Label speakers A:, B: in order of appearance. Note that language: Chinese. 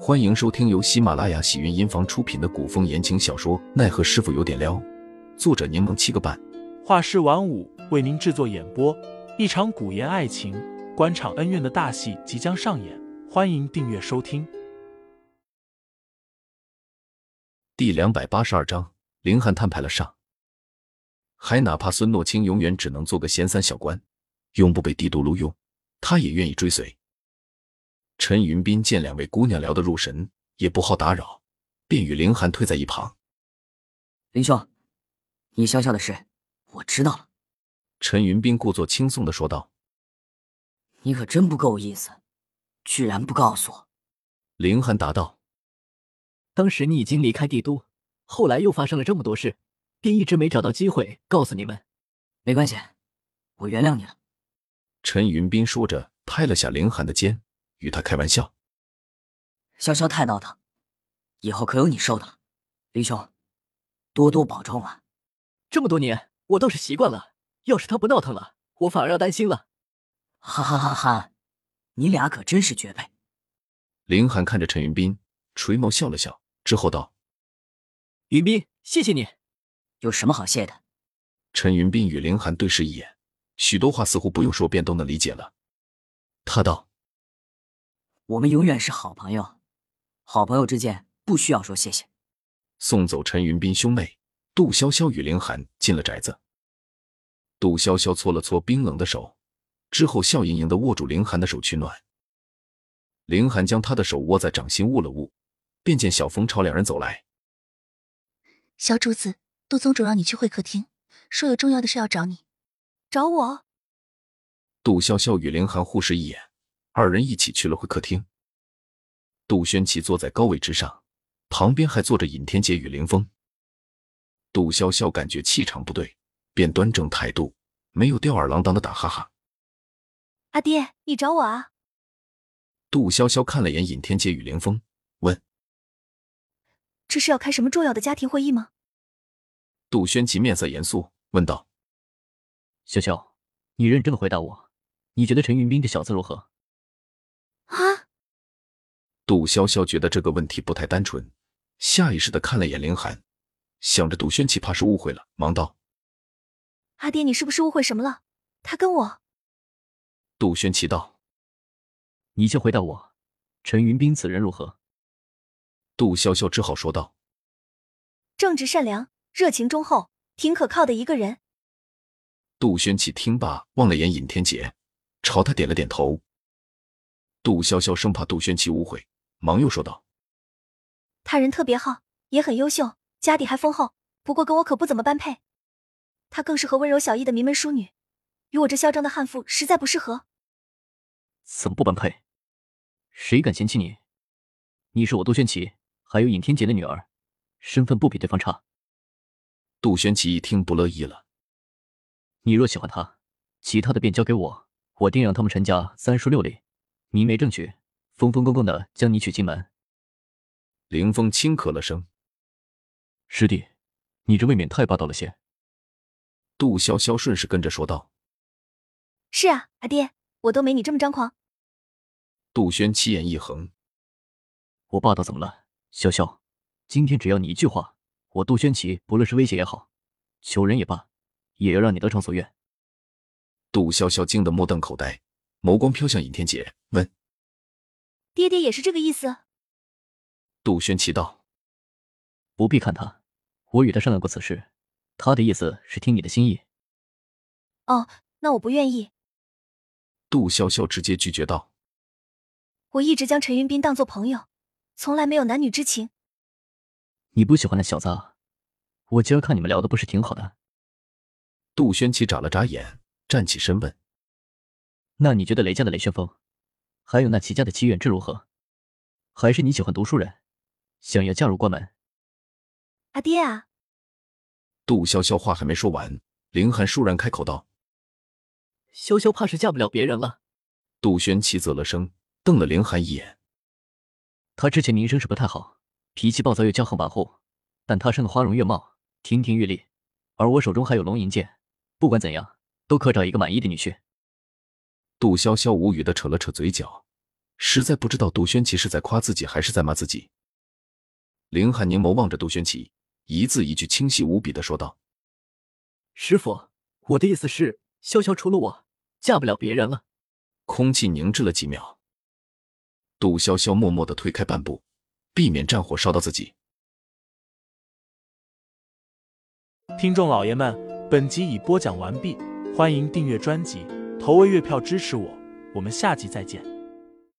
A: 欢迎收听由喜马拉雅喜云音房出品的古风言情小说《奈何师傅有点撩》，作者柠檬七个半，
B: 画师晚舞为您制作演播。一场古言爱情、官场恩怨的大戏即将上演，欢迎订阅收听。
A: 第两百八十二章，凌寒摊牌了上。还哪怕孙诺清永远只能做个闲散小官，永不被帝都录用，他也愿意追随。陈云斌见两位姑娘聊得入神，也不好打扰，便与凌寒退在一旁。
C: 林兄，你笑笑的事我知道了，
A: 陈云斌故作轻松的说道
C: 你可真不够意思，居然不告诉我。：“
A: 凌寒答道，
D: 当时你已经离开帝都，后来又发生了这么多事，便一直没找到机会告诉你们。
C: 没关系，我原谅你了。
A: 陈云斌说着拍了下凌寒的肩，与他开玩笑。
C: 潇潇太闹腾，以后可有你受的了。林兄，多多保重啊！
D: 这么多年，我倒是习惯了。要是他不闹腾了，我反而要担心了。
C: 哈哈哈哈，你俩可真是绝配。
A: 凌寒看着陈云斌，垂眸笑了笑，之后道
D: 云斌，谢谢你。
C: 有什么好谢的？：“
A: 陈云斌与凌寒对视一眼，许多话似乎不用说便都能理解了。”他道
C: 我们永远是好朋友，好朋友之间不需要说谢谢。：“
A: 送走陈云斌兄妹，杜潇潇与凌寒进了宅子。”杜潇潇搓了搓冰冷的手，之后笑盈盈地握住凌寒的手取暖。凌寒将她的手握在掌心捂了捂，便见小风朝两人走来。
E: 小主子，杜宗主让你去会客厅，说有重要的事要找你。找我？
A: 杜潇潇与凌寒互视一眼，二人一起去了会客厅。杜轩奇坐在高位之上，旁边还坐着尹天杰与林峰。杜潇潇感觉气场不对，便端正态度，没有吊儿郎当的打哈哈。
E: 阿爹，你找我啊？
A: 杜潇潇看了眼尹天杰与林峰，问
E: 这是要开什么重要的家庭会议吗？
A: 杜轩奇面色严肃，问道
D: 潇潇，你认真的回答我，你觉得陈云斌这小子如何？
E: 啊，：“
A: 杜潇潇觉得这个问题不太单纯，下意识的看了眼凌寒，想着杜轩奇怕是误会了，忙道。”
E: 阿爹，你是不是误会什么了？他跟我……
A: 杜轩奇道：“
D: 你先回答我，陈云斌此人如何？
A: 杜潇潇只好说道。
E: 正直善良、热情忠厚、挺可靠的一个人。
A: 杜轩起听罢，望了眼尹天杰，朝他点了点头。杜潇潇生怕杜轩起误会，忙又说道
E: 他人特别好，也很优秀，家底还丰厚。不过跟我可不怎么般配。他更适合温柔小意的名门淑女，与我这嚣张的悍妇实在不适合。
D: 怎么不般配？谁敢嫌弃你？你是我杜轩奇，还有尹天杰的女儿，身份不比对方差。：“
A: 杜轩起一听不乐意了。
D: 你若喜欢他，其他的便交给我，我定让他们陈家三书六礼，明媒正娶，风风光光的将你娶进门。”
A: 凌风轻咳了声。
D: 师弟，你这未免太霸道了些。
A: 杜潇潇顺势跟着说道
E: 是啊，阿爹，我都没你这么张狂。：“
A: 杜轩七眼一横，
D: 我霸道怎么了？潇潇，今天只要你一句话，我杜轩奇不论是威胁也好，求人也罢，也要让你得偿所愿。
A: 杜潇潇惊得目瞪口呆，眸光飘向尹天杰，问
E: 爹爹也是这个意思。
A: 杜轩奇道
D: 不必看他，我与他商量过此事，他的意思是听你的心意。
E: 哦，那我不愿意。：‘
A: 杜潇潇直接拒绝道。
E: 我一直将陈云斌当做朋友，从来没有男女之情。
D: 你不喜欢那小子啊？我今儿看你们聊的不是挺好的，’
A: 杜轩奇眨了眨眼，站起身问
D: 那你觉得雷家的雷旋风，还有那齐家的齐远志如何？还是你喜欢读书人，想要嫁入关门？
E: 阿爹啊，：‘
A: 杜潇潇话还没说完，凌寒倏然开口道。’
D: 潇潇怕是嫁不了别人了。
A: 杜轩奇啧了声，瞪了凌寒一眼。”
D: 他之前名声是不太好，脾气暴躁又骄横跋扈，但他生的花容月貌，亭亭玉立，而我手中还有龙吟剑，不管怎样，都可找一个满意的女婿。
A: 杜潇潇无语的扯了扯嘴角，实在不知道杜宣琪是在夸自己还是在骂自己。凌寒凝眸望着杜宣琪，一字一句清晰无比的说道
D: 师傅，我的意思是，潇潇除了我，嫁不了别人了。：“
A: 空气凝滞了几秒。”杜潇潇默默的退开半步，避免战火烧到自己。
B: 听众老爷们，本集已播讲完毕，欢迎订阅专辑，投喂月票支持我，我们下集再见。